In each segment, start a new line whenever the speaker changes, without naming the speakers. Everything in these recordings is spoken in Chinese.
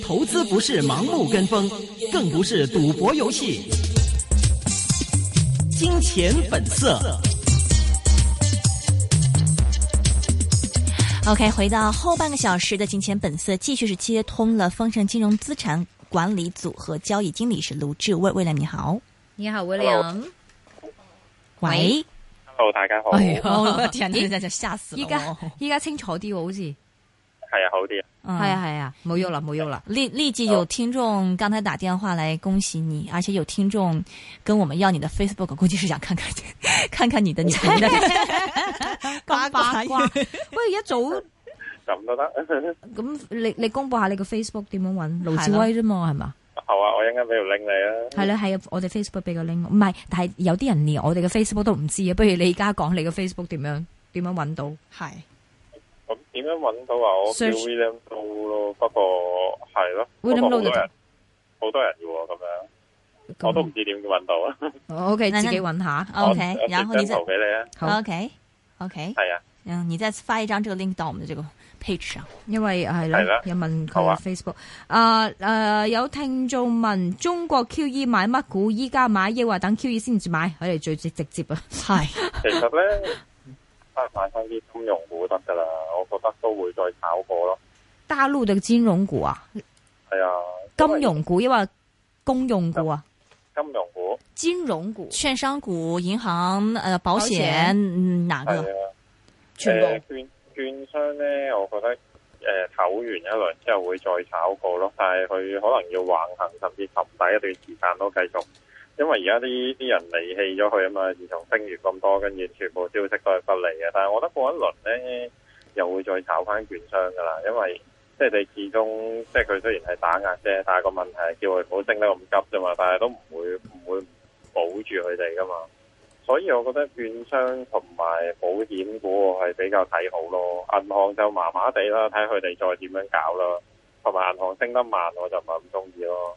投资不是盲目跟风，更不是赌博游戏。金钱本色。
OK，回到后半个小时的金钱本色，继续是接通了丰盛金融资产管理组合交易经理是卢志威，威廉你好，
你好威廉，
喂，
Hello，大家好。
哎
係
呀
哦，天哪，真係吓死
依
了
家
我！
依家清楚啲喎，好似係
啊，好啲啊。
嗯
啊係啊，冇喐啦冇喐啦，
立立即有听众刚才打电话来恭喜你，而且有听众跟我们要你的 Facebook，估计是想看看 看看你的女朋友 的
八 卦
月。
喂，一早
咁都得。
咁你你公佈下你個 Facebook 點樣揾盧志威啫嘛，係嘛？
好啊，我一陣間俾條 link 你啊。
係啦，係啊我哋 Facebook 俾個 link，唔係，但係有啲人連我哋嘅 Facebook 都唔知啊。不如你而家講你嘅 Facebook 點樣點樣揾到？
係
咁點樣揾到啊？我叫
Search
William Do 咯，不過係咯。
William
不過
Lau 就
好多人，好多人嘅喎，咁樣我都唔知點揾到 啊。
OK，
嗱
自己揾下。
OK，
我
然后你
我截張
再
圖俾你啊。
好
OK OK，
係啊，
嗯，你再发一张這個 link 到我們的這個 page 上。
因為係
係
啦
啦，
有問佢
好
嘅
啊
Facebook。啊誒，有聽眾問中國 QE 買乜股？依家買，抑或等 QE 先至買？佢哋最直直接啊！
係
其實咧，都係買翻啲金融股得㗎啦。我覺得都會再炒過咯。
大陸嘅金融股啊，
係啊，因為
金融股，抑或公用股啊，
金融股
金融股
券商股、銀行、呃保
保
險，
險
嗯哪
係
個？
啊。
全部
誒呃券券商咧，我覺得誒唞、完一輪之後會再炒過咯，但係佢可能要橫行甚至沉底一段時間都繼續，因為而家啲啲人離棄咗佢啊嘛，自從升完咁多，跟住全部消息都係不利嘅。但係我覺得過一輪咧，又會再炒翻券商噶啦，因為即係你始終即係佢雖然係打壓啫，但係個問題係叫佢唔好升得咁急啫嘛，但係都唔會唔會保住佢哋噶嘛。所以我覺得券商同埋保險股我係比較睇好咯，銀行就麻麻地啦，睇佢哋再點樣搞啦。同埋銀行升得慢，我就唔係咁中意咯。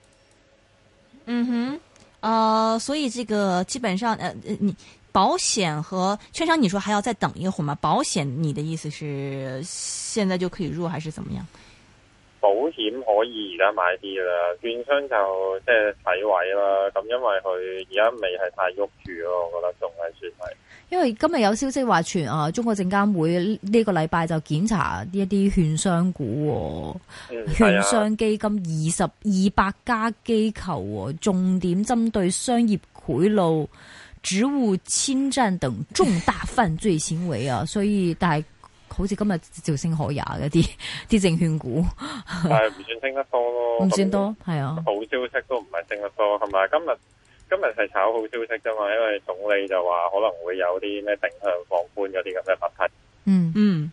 嗯哼，呃，所以這個基本上，呃，呃你保險和券商，你说还要再等一会儿吗？保险，你的意思是现在就可以入还是怎么样？
保險可以而家買啲啦，券商就即係睇位啦。咁因為佢而家未係太喐住咯，我覺得仲係算係。
因為今日有消息話傳啊，中國證監會呢個禮拜就檢查呢一啲券商股
嗯，
喎、
係
券
啊，
商基金二十二百家機構喎、重點針對商業賄賂、職務侵占等重大犯罪行為 啊，所以但係好似今日照升可也嗰啲啲證券股
但係唔算升得多咯，
唔算多，係啊，
好消息都唔係升得多，同埋今日今日係炒好消息啫嘛，因為總理就話可能會有啲咩定向放寬嗰啲咁嘅問題，
嗯，
嗯，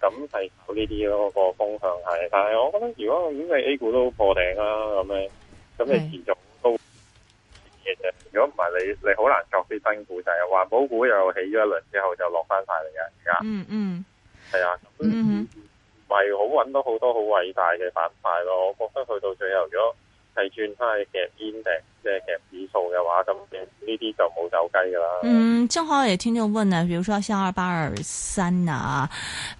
咁係炒呢啲咯，個風向係。但係我覺得如果咁你 A 股都破頂啦，咁樣咁你持續都嘅啫。如果唔係你你好難作啲新股，就係環保股又起咗一輪之後就落翻晒嚟嘅，而家
嗯嗯
係啊，咁
嗯哼
唔係好揾到好多好偉大嘅板塊咯。我覺得去到最後，如果係轉翻去夾 index，即係夾指數嘅話，咁呢啲就冇走雞噶啦。
嗯，正好有听众问呢，比如说像二八二三呐，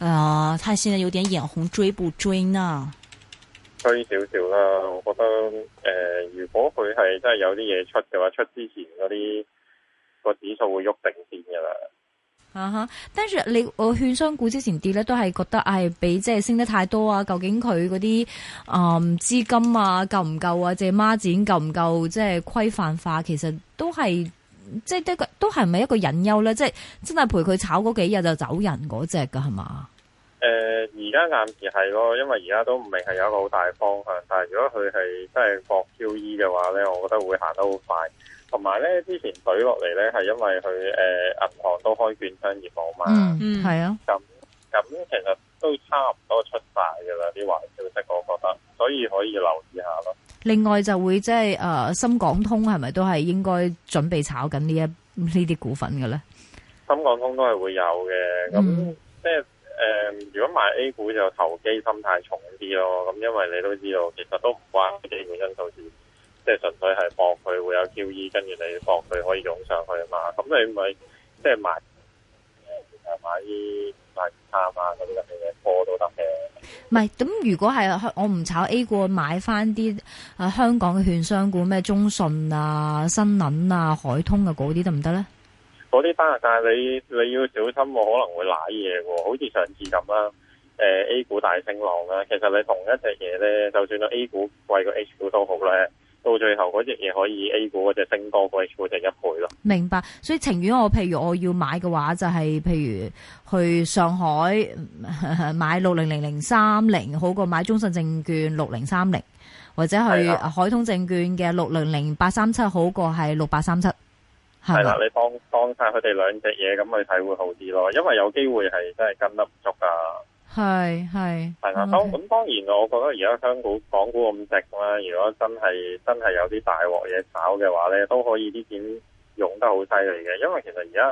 呃，他现在有点眼红，追不追呢？
推少少啦，我覺得誒、呃如果佢係真係有啲嘢出嘅話，出之前嗰啲個指數會喐定先噶啦。
啊哈！但是你我券商股之前跌咧，都係覺得唉，俾即係升得太多啊！究竟佢嗰啲嗯資金啊夠唔夠啊？借孖展夠唔夠？即係規範化，其實都係即係都個都係咪一個隱憂咧？即係真係陪佢炒嗰幾日就走人嗰只噶係嘛？
誒呃而家暫時係咯，因為而家都唔明係有一個好大嘅方向，但係如果佢係真係博 QE 嘅話咧，我覺得會行得好快。同埋咧，之前懟落嚟咧係因為佢誒、呃、銀行都開券商業務嘛，
嗯
嗯
係啊，
咁咁、其實都差唔多出晒㗎啦啲壞消息，我覺得，所以可以留意下咯。
另外就會即係誒、呃深港通係咪都係應該準備炒緊呢一呢啲股份嘅咧？
深港通都係會有嘅，咁、
嗯
即係誒、呃如果買 A 股就投機心態重啲咯。咁因為你都知道，其實都唔關基本因素事，即係純粹係博佢會有 QE，跟住你博佢可以湧上去啊嘛。咁你呃咪即係買誒買啲買衫啊嗰啲咁嘅嘢，過
唔係咁，如果係香我唔炒 A 股，買翻啲啊香港嘅券商股，咩中信啊、新銀啊、海通啊嗰啲得唔得咧？
嗰啲單，但係你你要小心喎，可能會舐嘢喎，好似上次咁啦。誒、A 股大升浪啦，其實你同一隻嘢咧，就算到 A 股貴過 H 股都好咧，到最後嗰隻嘢可以 A 股嗰隻升多過 H 股隻一倍咯。
明白，所以情願我譬如我要買嘅話，就係、譬如去上海嗯買六零零零三零，好過買中信證券六零三零，或者去
係啊啦
海通證券嘅六零零八三七，好過係六八三七，係
係
咪
啦，？你當當晒佢哋兩隻嘢咁去睇會好啲咯，因為有機會係真係跟得唔足啊㗎。
係係
係啦，
嗯
當咁當然，我覺得而家香港港股咁值啦。如果真係真係有啲大鑊嘢炒嘅話咧，都可以啲錢用得好犀利嘅。因為其實而家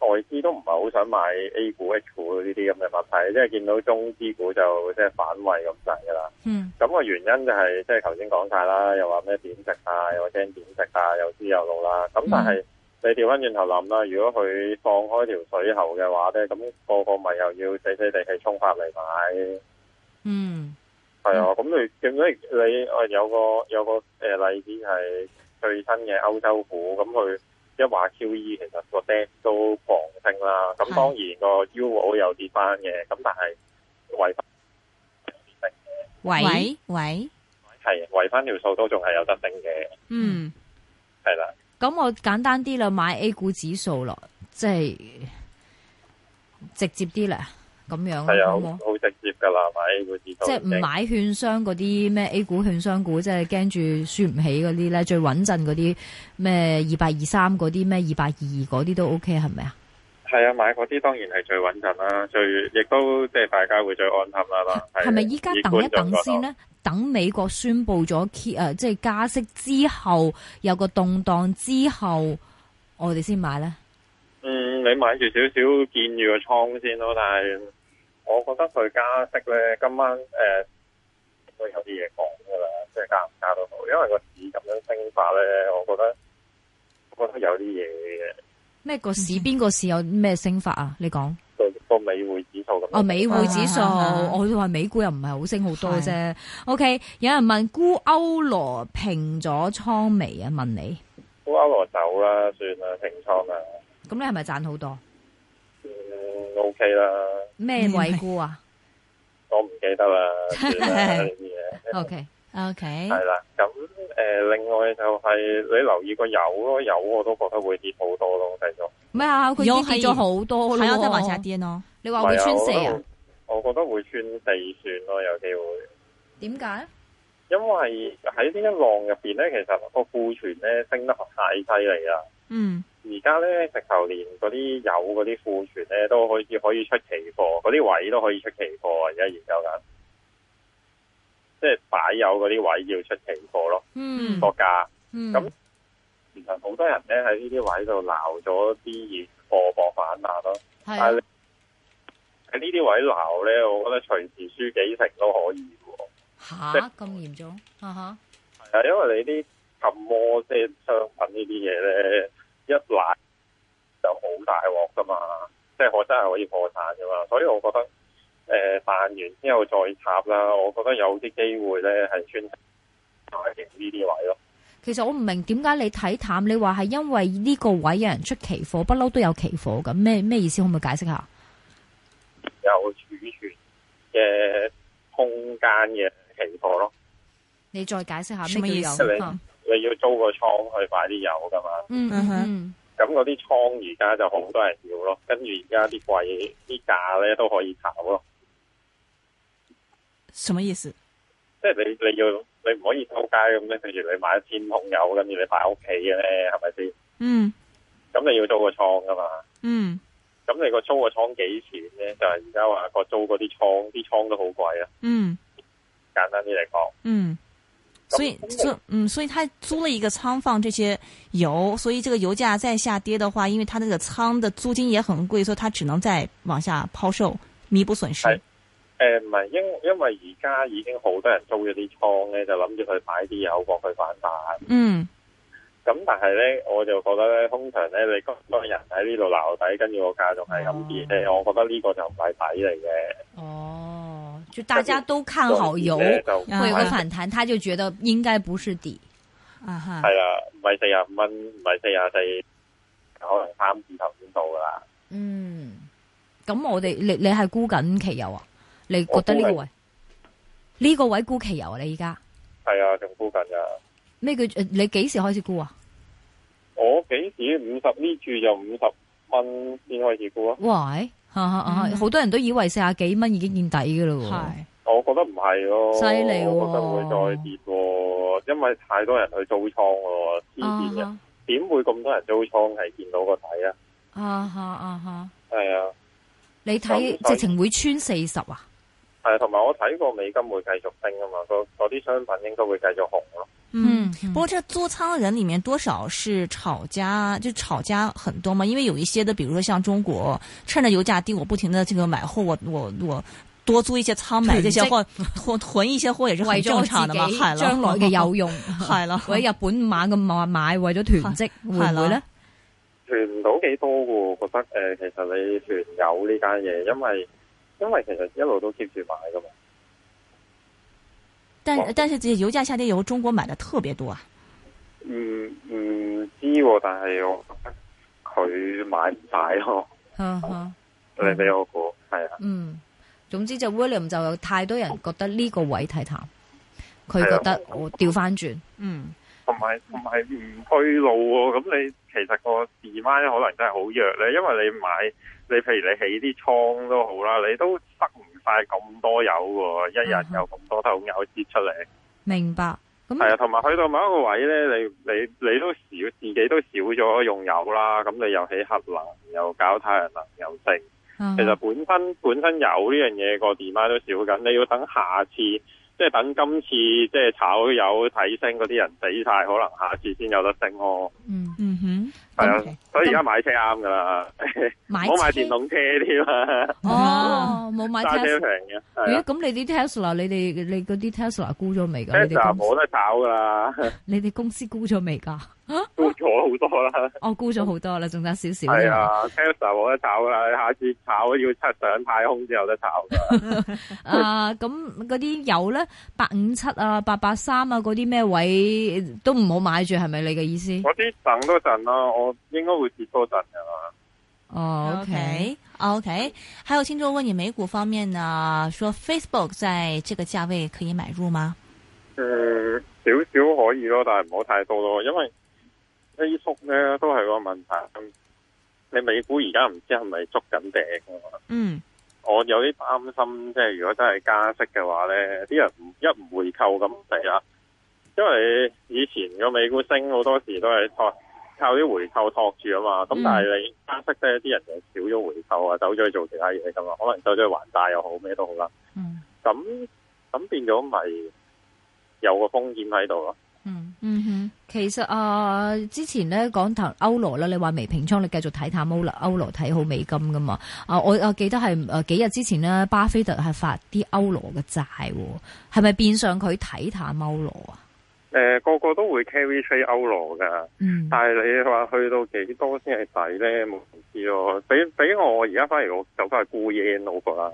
外資都唔係好想買 A 股、H 股呢啲咁嘅物體，即係見到中資股就即係反胃咁滯㗎啦。
嗯
咁、個原因就係即係頭先講晒啦，又話咩貶值啊，又話驚貶值啊，又知又路啦。
嗯
咁但係你調翻轉頭諗啦，如果佢放開條水喉嘅話咧，咁、個個咪又要死死地氣衝法嚟買。
嗯
係啊，咁你記唔記得你誒有個有個誒例子係最新嘅歐洲股，咁佢一話 QE 其實個 DAX 都狂升啦，咁
係
當然個 UO 又跌翻嘅，咁但係維翻
喂喂，
係維翻條數都仲係有得升嘅，
嗯。
係啦，
咁我簡單啲啦，買 A 股指數咯，即係直接啲啦，咁樣
係啊，
好
好
唔哦好？
好直接㗎啦，買 A 股指數
即係唔買券商嗰啲咩 A 股券商股，即係驚住輸唔起嗰啲咧，最穩陣嗰啲咩二百二三嗰啲咩二百二嗰啲都 OK 係咪啊？
係啊，買嗰啲當然係最穩陣啦，最亦都即係大家會最安心啦啦。
係啊咪依家
以
等一
觀眾
等
角度
先呢？等美國宣布咗 K 誒，即係加息之後有個動盪之後，我哋先買咧。
嗯，你買住少少建住個倉先咯，但係我覺得佢加息咧，今晚誒、呃都有啲嘢講噶啦，即係加唔加都好，因為個市咁樣升法咧，我覺得我覺得有啲嘢嘅，
咩個市邊個市有咩升法啊？你講
個個美匯指數咁樣。
哦，美匯指數，
啊啊啊
我就話美股又唔係好升好多啫。OK，有人問沽歐羅平咗倉未啊？問你，
沽歐羅走啦，算啦，平倉啦，
咁你係咪賺好多？
嗯，OK 啦，
咩位沽啊
我唔記得啦， 算啦呢啲嘢。
？OK，
OK，
係啦，咁诶、呃另外就係你留意個油咯，油我都覺得會跌好多咯，繼續。
咩啊？佢已經跌咗好多咯
还
喎，
要再往下跌呢？
你話會穿四啊？
我覺得會穿四算咯，有機會。
點解？
因為喺呢一浪入邊咧，其實個庫存咧升得太犀利啦。
嗯，
而家咧直頭連嗰啲有嗰啲庫存咧都可以可以出期貨，嗰啲位都可以出期貨啊！而家研究緊，即係擺有嗰啲位要出期貨咯，
嗯
個價。
嗯
咁其實好多人咧喺呢啲位度鬧咗啲熱貨博反彈咯。
係
但
啊
係喺呢啲位鬧咧，我覺得隨時輸幾成都可以喎。
吓咁嚴重啊哈！
係因為你啲禁摩即係商品呢啲嘢咧，一奶就好大鑊噶嘛，即係我真係可以破產噶嘛，所以我覺得誒彈、完之後再插啦，我覺得有啲機會咧係穿大型呢啲位咯。
其實我唔明點解你睇淡，你話係因為呢個位有人出期貨，不嬲都有期貨咁，咩咩意思？可唔可以解釋下？
有儲存嘅空間嘅期貨咯，
你再解釋
什
下
麼
咩
意
叫
思
有？
你
啊
你要租個倉去買啲油噶嘛，
嗯
嗯哼
嗯
咁嗰啲倉而家就好多人要咯，跟住而家啲貴啲價咧都可以炒咯。
什么意思？
即係你你要你唔可以偷街咁咧，譬如你買一千桶油，跟住你擺屋企嘅咧，係咪先？
嗯
咁你要租個倉噶嘛？
嗯
咁你個租個倉幾錢咧？就係而家話個租嗰啲倉，啲倉都好貴啊！
嗯
簡單啲嚟講，
嗯，
咁
所以
咁
所以嗯，所以他租了一个仓放这些油，所以这个油价再下跌的话，因为他那个仓的租金也很贵，所以他只能再往下抛售，弥补损失。
是誒唔係因因為而家已經好多人租咗啲倉咧，就諗住去買啲油過去反彈。
嗯
咁但係咧，我就覺得咧，通常咧，你咁多人喺呢度鬧底，跟住個價仲係咁跌咧，我覺得呢個就唔係底嚟嘅。
哦，就大家都看好油呃
所以呢就
会有个反弹，他就觉得应该不是底。
啊哈
系，啦，唔系四廿五蚊，唔系四廿四，可能三字頭先到噶啦。
嗯，咁我哋你你系估紧期油啊？你觉得呢个
我
位呢个位估期油啊？你而家
係啊，仲估緊噶。
咩叫呃你几时开始估啊？
我幾時五十呢注就五十蚊先開始估啊？
喂，哎哈哈哈
嗯
好多人都以为四廿几蚊已经见底噶啦
系
我覺得唔係咯，
犀利喎
我覺得會再跌喎，因為太多人去租倉喎，黐
喎，
線嘅，
啊
點會咁多人租倉係見到個底啊？
哈啊哈啊哈！
係啊，
你睇
咁
直
所以
情会穿四十啊？
係啊同埋我睇過美金會繼續升啊嘛，嗰嗰啲商品應該會繼續紅咯。
嗯
嗯，
不过这租仓人里面多少是炒家，就炒家很多嘛，因为有一些的，比如说像中国，趁着油价低，我不停的这个买货，我我我多租一些仓，买这些货，囤囤一些货也是很
为咗
正
我
常 的嘛，
自己
系啦，
将来嘅有用，
系啦，
或者日本猛咁買買，為咗囤積，會唔會咧？
囤唔到幾多嘅喎，覺得誒、呃其實你囤有呢間嘢，因為因為其實一路都 keep 住買噶嘛。
但但是这油价下跌以后，中国买的特别多啊，
唔唔知喎，但係我覺得佢買唔晒咯。
嗯嗯
你俾我估，係啊，
嗯，總之就 William 就有太多人覺得呢個位睇淡，佢
啊
覺得我調翻轉，
嗯，
同埋同埋唔退路喎。咁你其實個市媽可能真係好弱咧，因為你買你譬如你起啲倉都好啦，你都塞唔晒咁多油喎，一日有咁多頭牛跌出嚟。
明白？
系啊，
咁
同埋去到某一個位咧，你你你都少自己都少咗用油啦，咁你又起核能，又搞太陽能，又剩。
啊
其實本身本身有呢樣嘢個 demand 都少緊，你要等下次，即係等今次即係炒油睇升嗰啲人死晒，可能下次先有得升咯。
嗯，
嗯哼，
係啊
OK，
所以而家買車啱噶啦，唔
買
好買
車
電動車添啊，
哦，冇買
揸車
Tesla。
平嘅。係
咦
啊，
咁你啲 Tesla，你哋你嗰啲 Tesla 沽咗未㗎？你哋
Tesla
公司
冇啊得炒噶 啦，
你哋公司沽咗未㗎？
都咗好多啦。
我沽咗好多啦，仲差少少
係
啫。
啊，Tesla 冇得炒啦，你下次炒要出上太空先有得炒 噶。
啊，咁嗰啲油咧，八五七啊，八八三啊，嗰啲咩位都唔好買住，係咪你嘅意思？
我啲等多陣啦，我應該會跌多陣噶啦。
哦，OK，
OK，还有听众问你美股方面呢，说 Facebook 在这个价位可以买入吗？
嗯，少少可以咯，但係唔好太多咯，因為 Facebook 咧都係個問題。你美股而家唔知係咪捉緊頂啊？
嗯
我有啲擔心，即係如果真係加息嘅話咧，啲人唔一唔回購咁死啦。因為以前個美股升好多時都係托靠啲回購托住啊嘛，咁
嗯
但係你加息咧，啲人就少咗回購啊，走咗去做其他嘢咁啊，可能走咗去還債又好咩都好啦。
嗯
咁咁變咗咪有個風險喺度咯。
嗯，
嗯哼。
其實啊，之前咧講談歐羅啦，你話未平倉，你繼續睇淡歐羅，歐羅睇好美金噶嘛？啊，我我記得係誒幾日之前咧，巴菲特係發啲歐羅嘅債喎，係咪變相佢睇淡歐羅啊？
誒、個個都會 carry trade 歐羅㗎。
嗯，
但係你話去到幾多先係抵咧？冇人知咯。俾俾我而家反而我走翻去沽 yen 好過啦。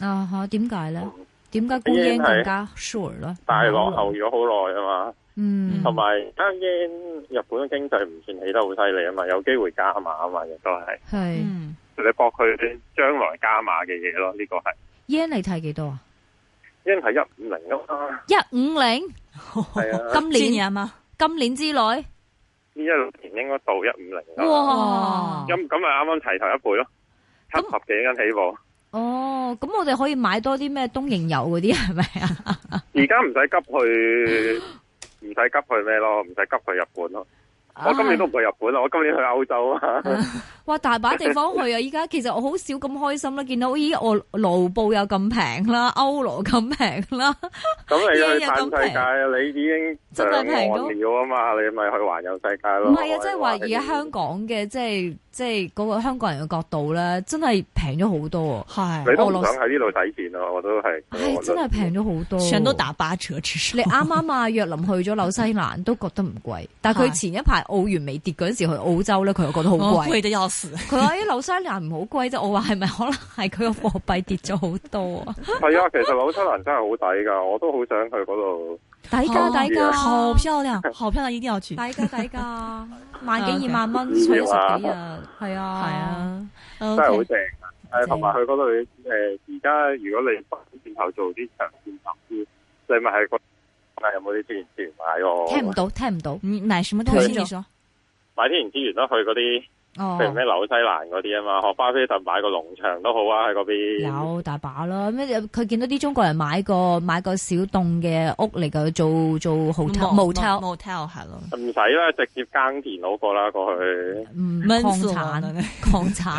啊嚇，點解咧？點解沽
已
yen
經係
更加 sure 咧？
但係落後咗好耐啊嘛，
嗯，
同埋而家 yen 日本嘅經濟唔算起得好犀利啊嘛，有機會加碼啊嘛，亦都係
係
嗯
你博佢將來加碼嘅嘢咯，呢、個係
yen 你睇幾多啊？
yen 係一五零啊 嘛，
一五零，
係啊，
今
今
年
年吗？
今年之內，
呢一六年應該到一五零啊啦，
哇！
咁咁咪啱啱齊頭一倍咯，七
哦咁
十幾蚊起步，
哦，咁我哋可以買多啲咩東瀛油嗰啲係咪啊？
而家唔 使急去，唔使急去咩咯，唔使急去日本咯，
啊
我今年都唔去日本啦，我今年去歐洲 啊。
哇，大把地方去啊！依家其實我好少咁開心啦，見到咦，我盧布又咁平啦，歐羅咁平啦，
咁你
日
去
日
嘆
咁
世界，你已經
真
上
係
岸
平到
了啊嘛，你咪去環遊世界咯。
唔係啊，即係話而家香
港，
港嘅即係即係嗰個香港人嘅角度咧，真係平咗好多
系，
你都
俄羅
唔
斯
想喺呢度使錢啊！我都係，
喎，係真係平咗好多，
全都打八折，至少
啊你啱啱啊，若林去咗紐西蘭都覺得唔貴，但係佢前一排澳元未跌嗰陣時去澳洲咧，佢又覺得好
我
貴。
贵的要死。
佢話：咦，哎紐西蘭唔好貴啫。我話係咪可能係佢個貨幣跌咗好多 啊？
係啊，其實紐西蘭真係好抵㗎，我都好想去嗰度。
抵㗎，
好
抵㗎，
好漂亮，好漂亮，一定 要去。
抵㗎，抵㗎，萬幾二萬蚊去咗十幾日，係啊，
係啊，
真係好
OK，
正啊！誒，同埋佢嗰度誒，而家如果你翻轉頭做啲長線投資，你咪係個啊有冇啲天然資源買咯？
聽唔到，聽唔到。
你买什么东西？你说
買天然資源啦，去嗰啲
哦
譬，如咩紐西蘭嗰啲啊嘛，學巴菲特買個農場都好啊，喺嗰邊。
有大把啦。咩？佢見到啲中國人買個買個小棟嘅屋嚟㗎，做做 hotel motel。
motel 系咯，
唔使啦，直接耕田好過啦，過去。
嗯，
闷
礦
死我
產
了，
礦 產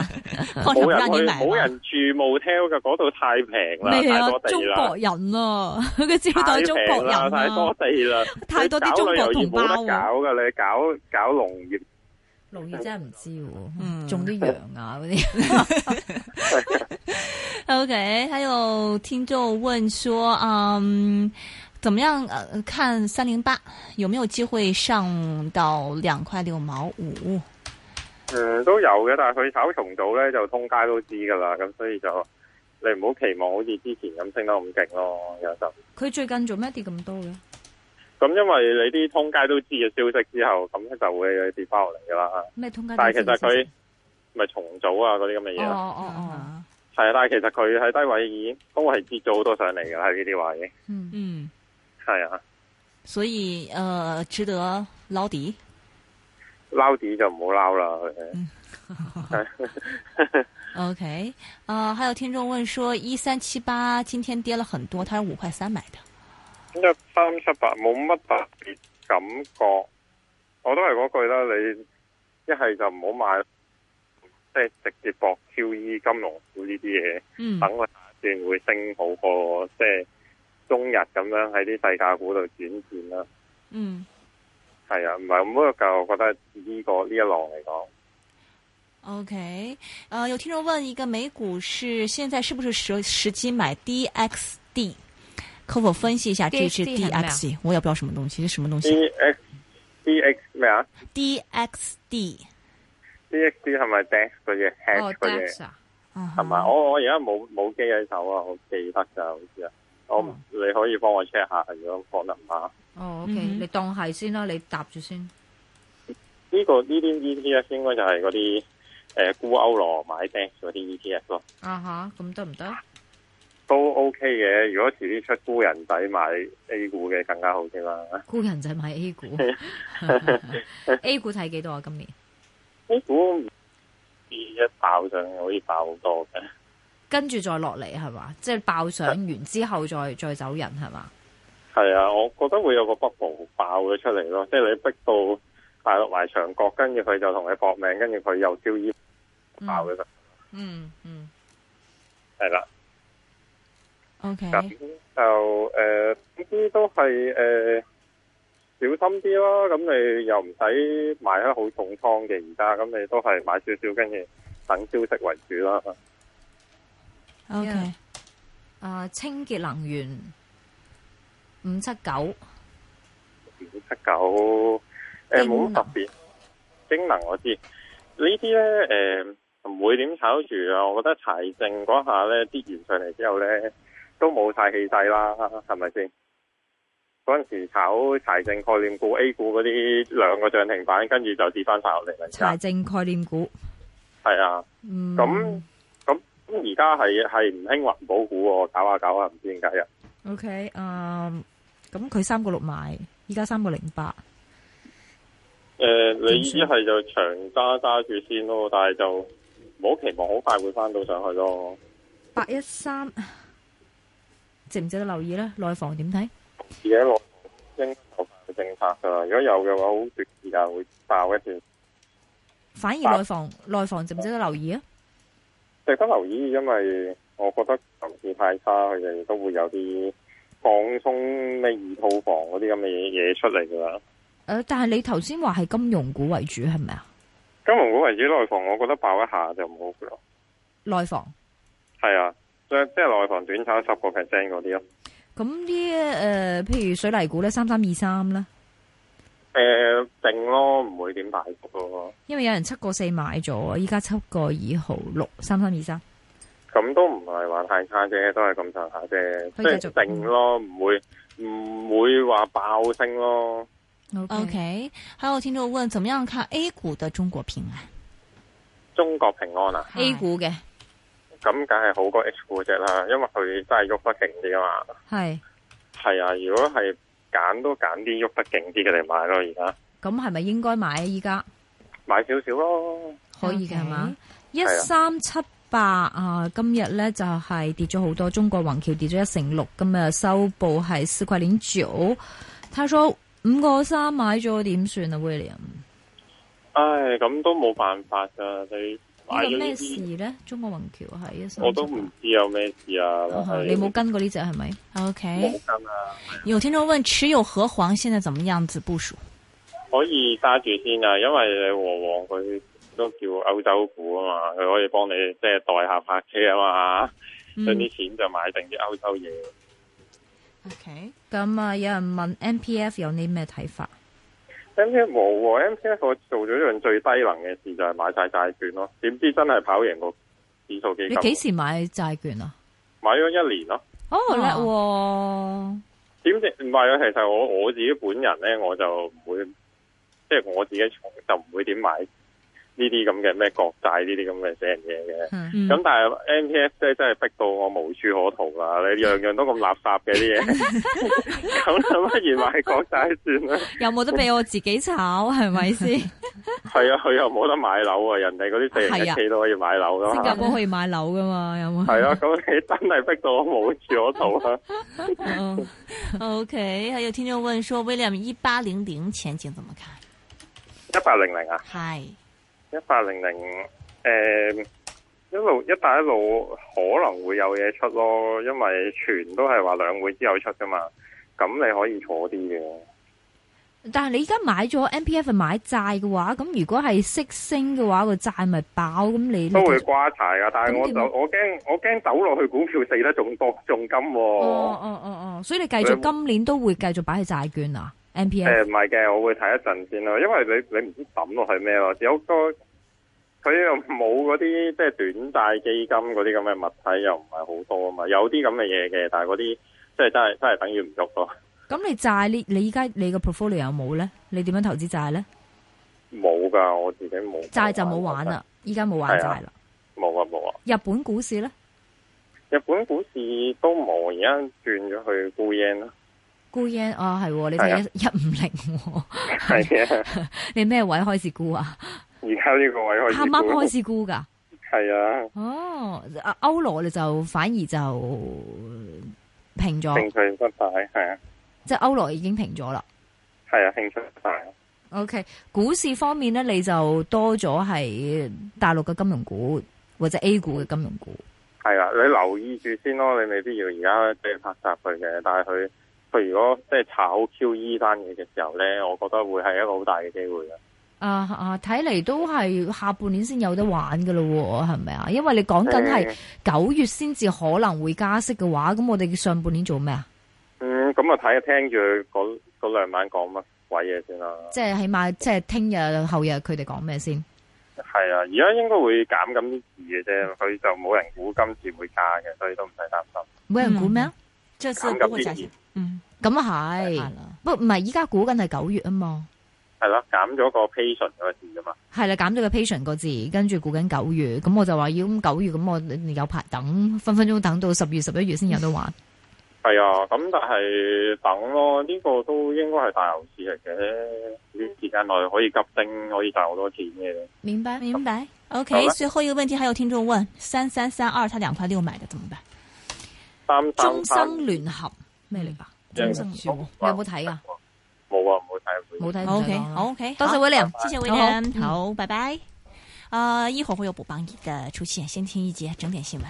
哦
矿
冇
不
人
让你
去，
买
冇
嘛。
人住 motel 噶，嗰度太平啦，
咩
太
啊
多？地
中
啦
國，人啊， 佢招
太
待中國
平
人
啦，太
啊
多，地啦，
太多啲中
你搞
國
旅遊
同
業
胞啊
冇得
喎。
搞噶，你搞搞農業，
農業真係唔知喎，
嗯
種啲羊啊嗰啲。
OK，还有听众问说，嗯，怎么样？呃，看三零八有没有机会上到两块六毛五？
嗯都有嘅，但係佢炒重組咧就通街都知噶啦，咁所以就你唔好期望好似之前咁升得咁勁咯，有陣。
佢最近做咩跌咁多嘅？
咁因為你啲通街都知嘅消息之後，咁就會跌翻落嚟噶啦。
咩通街都
但係
啊知
其
嘅消息？
實佢咪重組啊嗰啲咁嘅嘢
哦
咯，
哦哦，
啊，
係啊，但係其實佢喺低位已經都係跌咗好多上嚟噶啦，喺呢啲位，
嗯，
嗯，
係啊。
所以呃，值得捞底。
捞底就唔好捞啦，佢
OK，呃，还有听众问说，一三七八今天跌了很多，他是五块三买的。
一三七八冇乜特別感覺，我都係嗰句啦，你一係就唔好買，即係直接博 QE 金融股呢啲嘢，
嗯
等佢下段會升好過即係中日咁樣喺啲細價股度轉戰啦。
嗯，
係啊，唔係咁多嚿，我覺得呢、個呢一浪嚟講。
OK，呃，有听众问一个美股是现在是不是时时机买 DXD？可否分析一下这只
DXD 很亮
DXD？我也不知道什么东西，是什么东西
D X D X 咩啊
？DXD，
？D X D 係咪 DAX 嗰只 H
哦
嗰只？
DAX 啊，
啊
係咪？我我而家冇冇機喺手啊，我記得就好似啊，我唔你可以幫我 check 下，如果講得唔啱。
哦 OK，
嗯
你當係先啦，你答住先。
呢、個呢啲 ETF 應該就係嗰啲誒沽歐羅買 DAX 嗰啲 ETF 咯，
啊哈，咁得唔 得？
都 OK 嘅。如果遲啲出沽人仔買 A 股嘅更加好啲啦。
沽人就係買 A 股 ，A 股睇幾多啊？今年
A 股一爆上去可以爆好多嘅，
跟住再落嚟係嘛？即係爆上完之後再再走人係嘛？
係啊，我覺得會有個 bubble 爆咗出嚟咯，即係你逼到大陸埋牆角，跟住佢就同你搏命，跟住佢又燒煙爆嘅啫，
嗯嗯，
係啦、
，OK，
咁就誒呢啲都係誒、呃小心啲咯。咁你又唔使買得好重倉嘅而家，咁你都係買少少，跟住等消息為主啦。
OK，
Yeah 啊，清潔能源五七九，
五七九誒冇乜特別，精能我知呢啲咧誒唔會點炒住啊。我覺得財政嗰下咧跌完上嚟之後咧，都冇晒氣勢啦，係咪先？嗰陣時炒財政概念股 A 股嗰啲兩個漲停板，跟住就跌翻晒落嚟啦。而家
財政概念股。
係啊，
嗯，
咁咁咁而家係係唔興環保股喎，搞下搞下唔知點解啊！
OK，嗯，咁佢三個六買，依家三個零八，
誒、你一係就長揸揸住先咯，但係就唔好期望好快會翻到上去咯。
八一三，值唔值得留意咧？內房點睇？
而家落應該有嘅政策㗎啦，如果有嘅話，好短時間會爆一段。
反而
八
內房內房值唔值得留意啊？
值得留意，因為我覺得樓市太差，佢哋都會有啲放鬆咩二套房嗰啲咁嘅嘢出嚟㗎啦。
诶、呃但係你頭先話係金融股為主係咪啊？
金融股為主內房，我覺得爆一下就唔好㗎咯。
內房
係啊，即係即係內房短炒十個 percent 嗰啲咯。
咁啲诶，呃譬如水泥股咧，三三二三啦，
诶、定咯，唔會點大幅咯，
因為有人七個四買咗，依家七個二毫六，三三二三。
咁都唔係話太差啫，都係咁上下啫，即
可以繼續
係定咯，唔會唔會話爆升咯。
O
OK，还有听众问，怎么样看 A 股的中国平安
中國平安啊，
A 股嘅
咁梗係好過 H 股只啦，因為佢真係喐得勁啲啊嘛。
係，
係啊，如果係揀都揀啲喐得勁啲嘅嚟買咯，而家
咁係咪應該買啊？依家
買少少咯。
可以嘅係嘛？一
啊
三七八啊，今日咧就係跌咗好多，中國宏橋跌咗一成六，今日收報係四塊零九。他說五個三買咗點算啊，William？
唉，咁都冇辦法噶，你買
呢個
咗呢
咩事
啲，
咧？中國宏橋係一三
我都唔知有咩事啊。但係
你冇跟過呢只係咪？
？OK，
冇跟啊？
有听众问，持有和黄现在怎么样子部署？
可以揸住先啊，因為你和黃佢都叫歐洲股啊嘛，佢可以幫你即係代客泊車啊嘛，
嗯
將啲錢就買定啲歐洲嘢。
，OK，
咁啊，有人問 M P F 有啲咩睇法？
M P F 冇喎，M P F 我做咗一樣最低能嘅事就係買晒債券咯，點知真係跑贏個指數基
你
金。
幾時買債券啊？
買咗一年咯？
哦，叻喎！
點知唔係啊？其實我我自己本人咧，我就唔會，即係我自己從就唔會點買呢啲咁嘅咩國債呢啲咁嘅死人嘢嘅。
嗯
嗯
咁、但係 M P F 咧真係逼到我無處可逃啦！你樣樣都咁垃圾嘅 啲嘢，咁就不如買國債算啦。
有冇得俾我自己炒？係咪先？
係啊，佢又冇得買樓啊，人哋嗰啲四人一
係啊
K 都可以買樓啦。
新加坡可以買樓噶嘛？有冇？
係啊，咁你真係逼到我冇住我度啦。
嗯
OK，还有听众问说，William 一八零零前景怎么看？
一八零零啊，
嗨，
一八零零，诶，一路一帶一路可能會有嘢出咯，因為全都係話兩會之後出噶嘛，咁你可以坐啲嘅。
但係你而家買咗 M P F 買債嘅話，咁如果係息升嘅話，個債咪爆咁你哦
都會瓜柴噶，但係我
嗯咁點
就
啊
我驚我驚走落去股票死得仲多仲金
哦
喎。
哦哦哦，所以你繼續今年都會繼續擺喺債券啊？M P
誒
F
唔係嘅，我會睇一陣先咯，因為你你唔知抌落去咩咯，有個佢又冇嗰啲即係短債基金嗰啲咁嘅物體又唔係好多啊嘛，有啲咁嘅嘢嘅，但係嗰啲即係真係真係等於唔喐咯，
咁你債你你依家你個 portfolio 有冇咧？你點樣投資債咧？
冇噶，我自己冇
債就冇玩，啦，依家冇玩債啦。
冇啊冇啊，
日本股市咧，
日本股市都冇，而家轉咗去沽 yen 啦，
沽 yen 啊係喎，你
係啊
睇一一五零，
係啊，
你咩位開始沽啊？
而家呢個位開始
啱啱
沽
開始沽㗎。
係啊。
哦，啊歐羅你就反而就呃平咗
興，趣不大，係啊，
即係歐羅已經平咗啦。
係啊，興趣不大。
OK，股市方面咧，你就多咗係大陸嘅金融股或者 A 股嘅金融股。
係啦，你留意住先咯，你未必要而家即係拍殺佢嘅，但係佢佢如果即係炒 QE 單嘢嘅時候咧，我覺得會係一個好大嘅機會嘅。
啊啊，睇嚟都係下半年先有得玩噶咯喎，係咪啊？因為你講緊係九月先至可能會加息嘅話，咁我哋上半年做咩啊？
嗯，咁啊睇下聽住佢嗰嗰兩晚講乜鬼嘢先啦。
即係起碼即係聽日後日佢哋講咩先？
係啊，而家應該會減緊啲字嘅啫，佢就冇人估今次會加嘅，所以都唔使擔心。
冇人估咩啊？
这次
減
不
緊
会加
啲
息
字，
嗯，
咁啊係
看，了。
不過唔係依家估緊係九月啊嘛。
係啦，減咗個 patient 嗰個字啊啫嘛。
係啦，減咗個 patient 個字，跟住估緊九月，咁我就話要咁九月，咁我有排等，分分鐘等到十月、十一月先有得玩。
係啊，咁但係等咯，呢、個都應該係大牛市嚟嘅，短時間內可以急升，可以賺好多錢嘅。
明
嗯
白，
明白。
好
OK，
了
最后一个问题还有听众问：三三三二，他两块六买的怎么办？
三
中
三三
生聯合咩嚟㗎？
嗯
中生聯合
嗯
你有冇睇啊？
冇啊，冇睇
冇睇唔
OK，
使講啦
好 OK，
多謝
好嗯
William。
谢谢
好
William，好，拜拜。呃，一会儿会有补帮你的出现，先听一节整点新闻。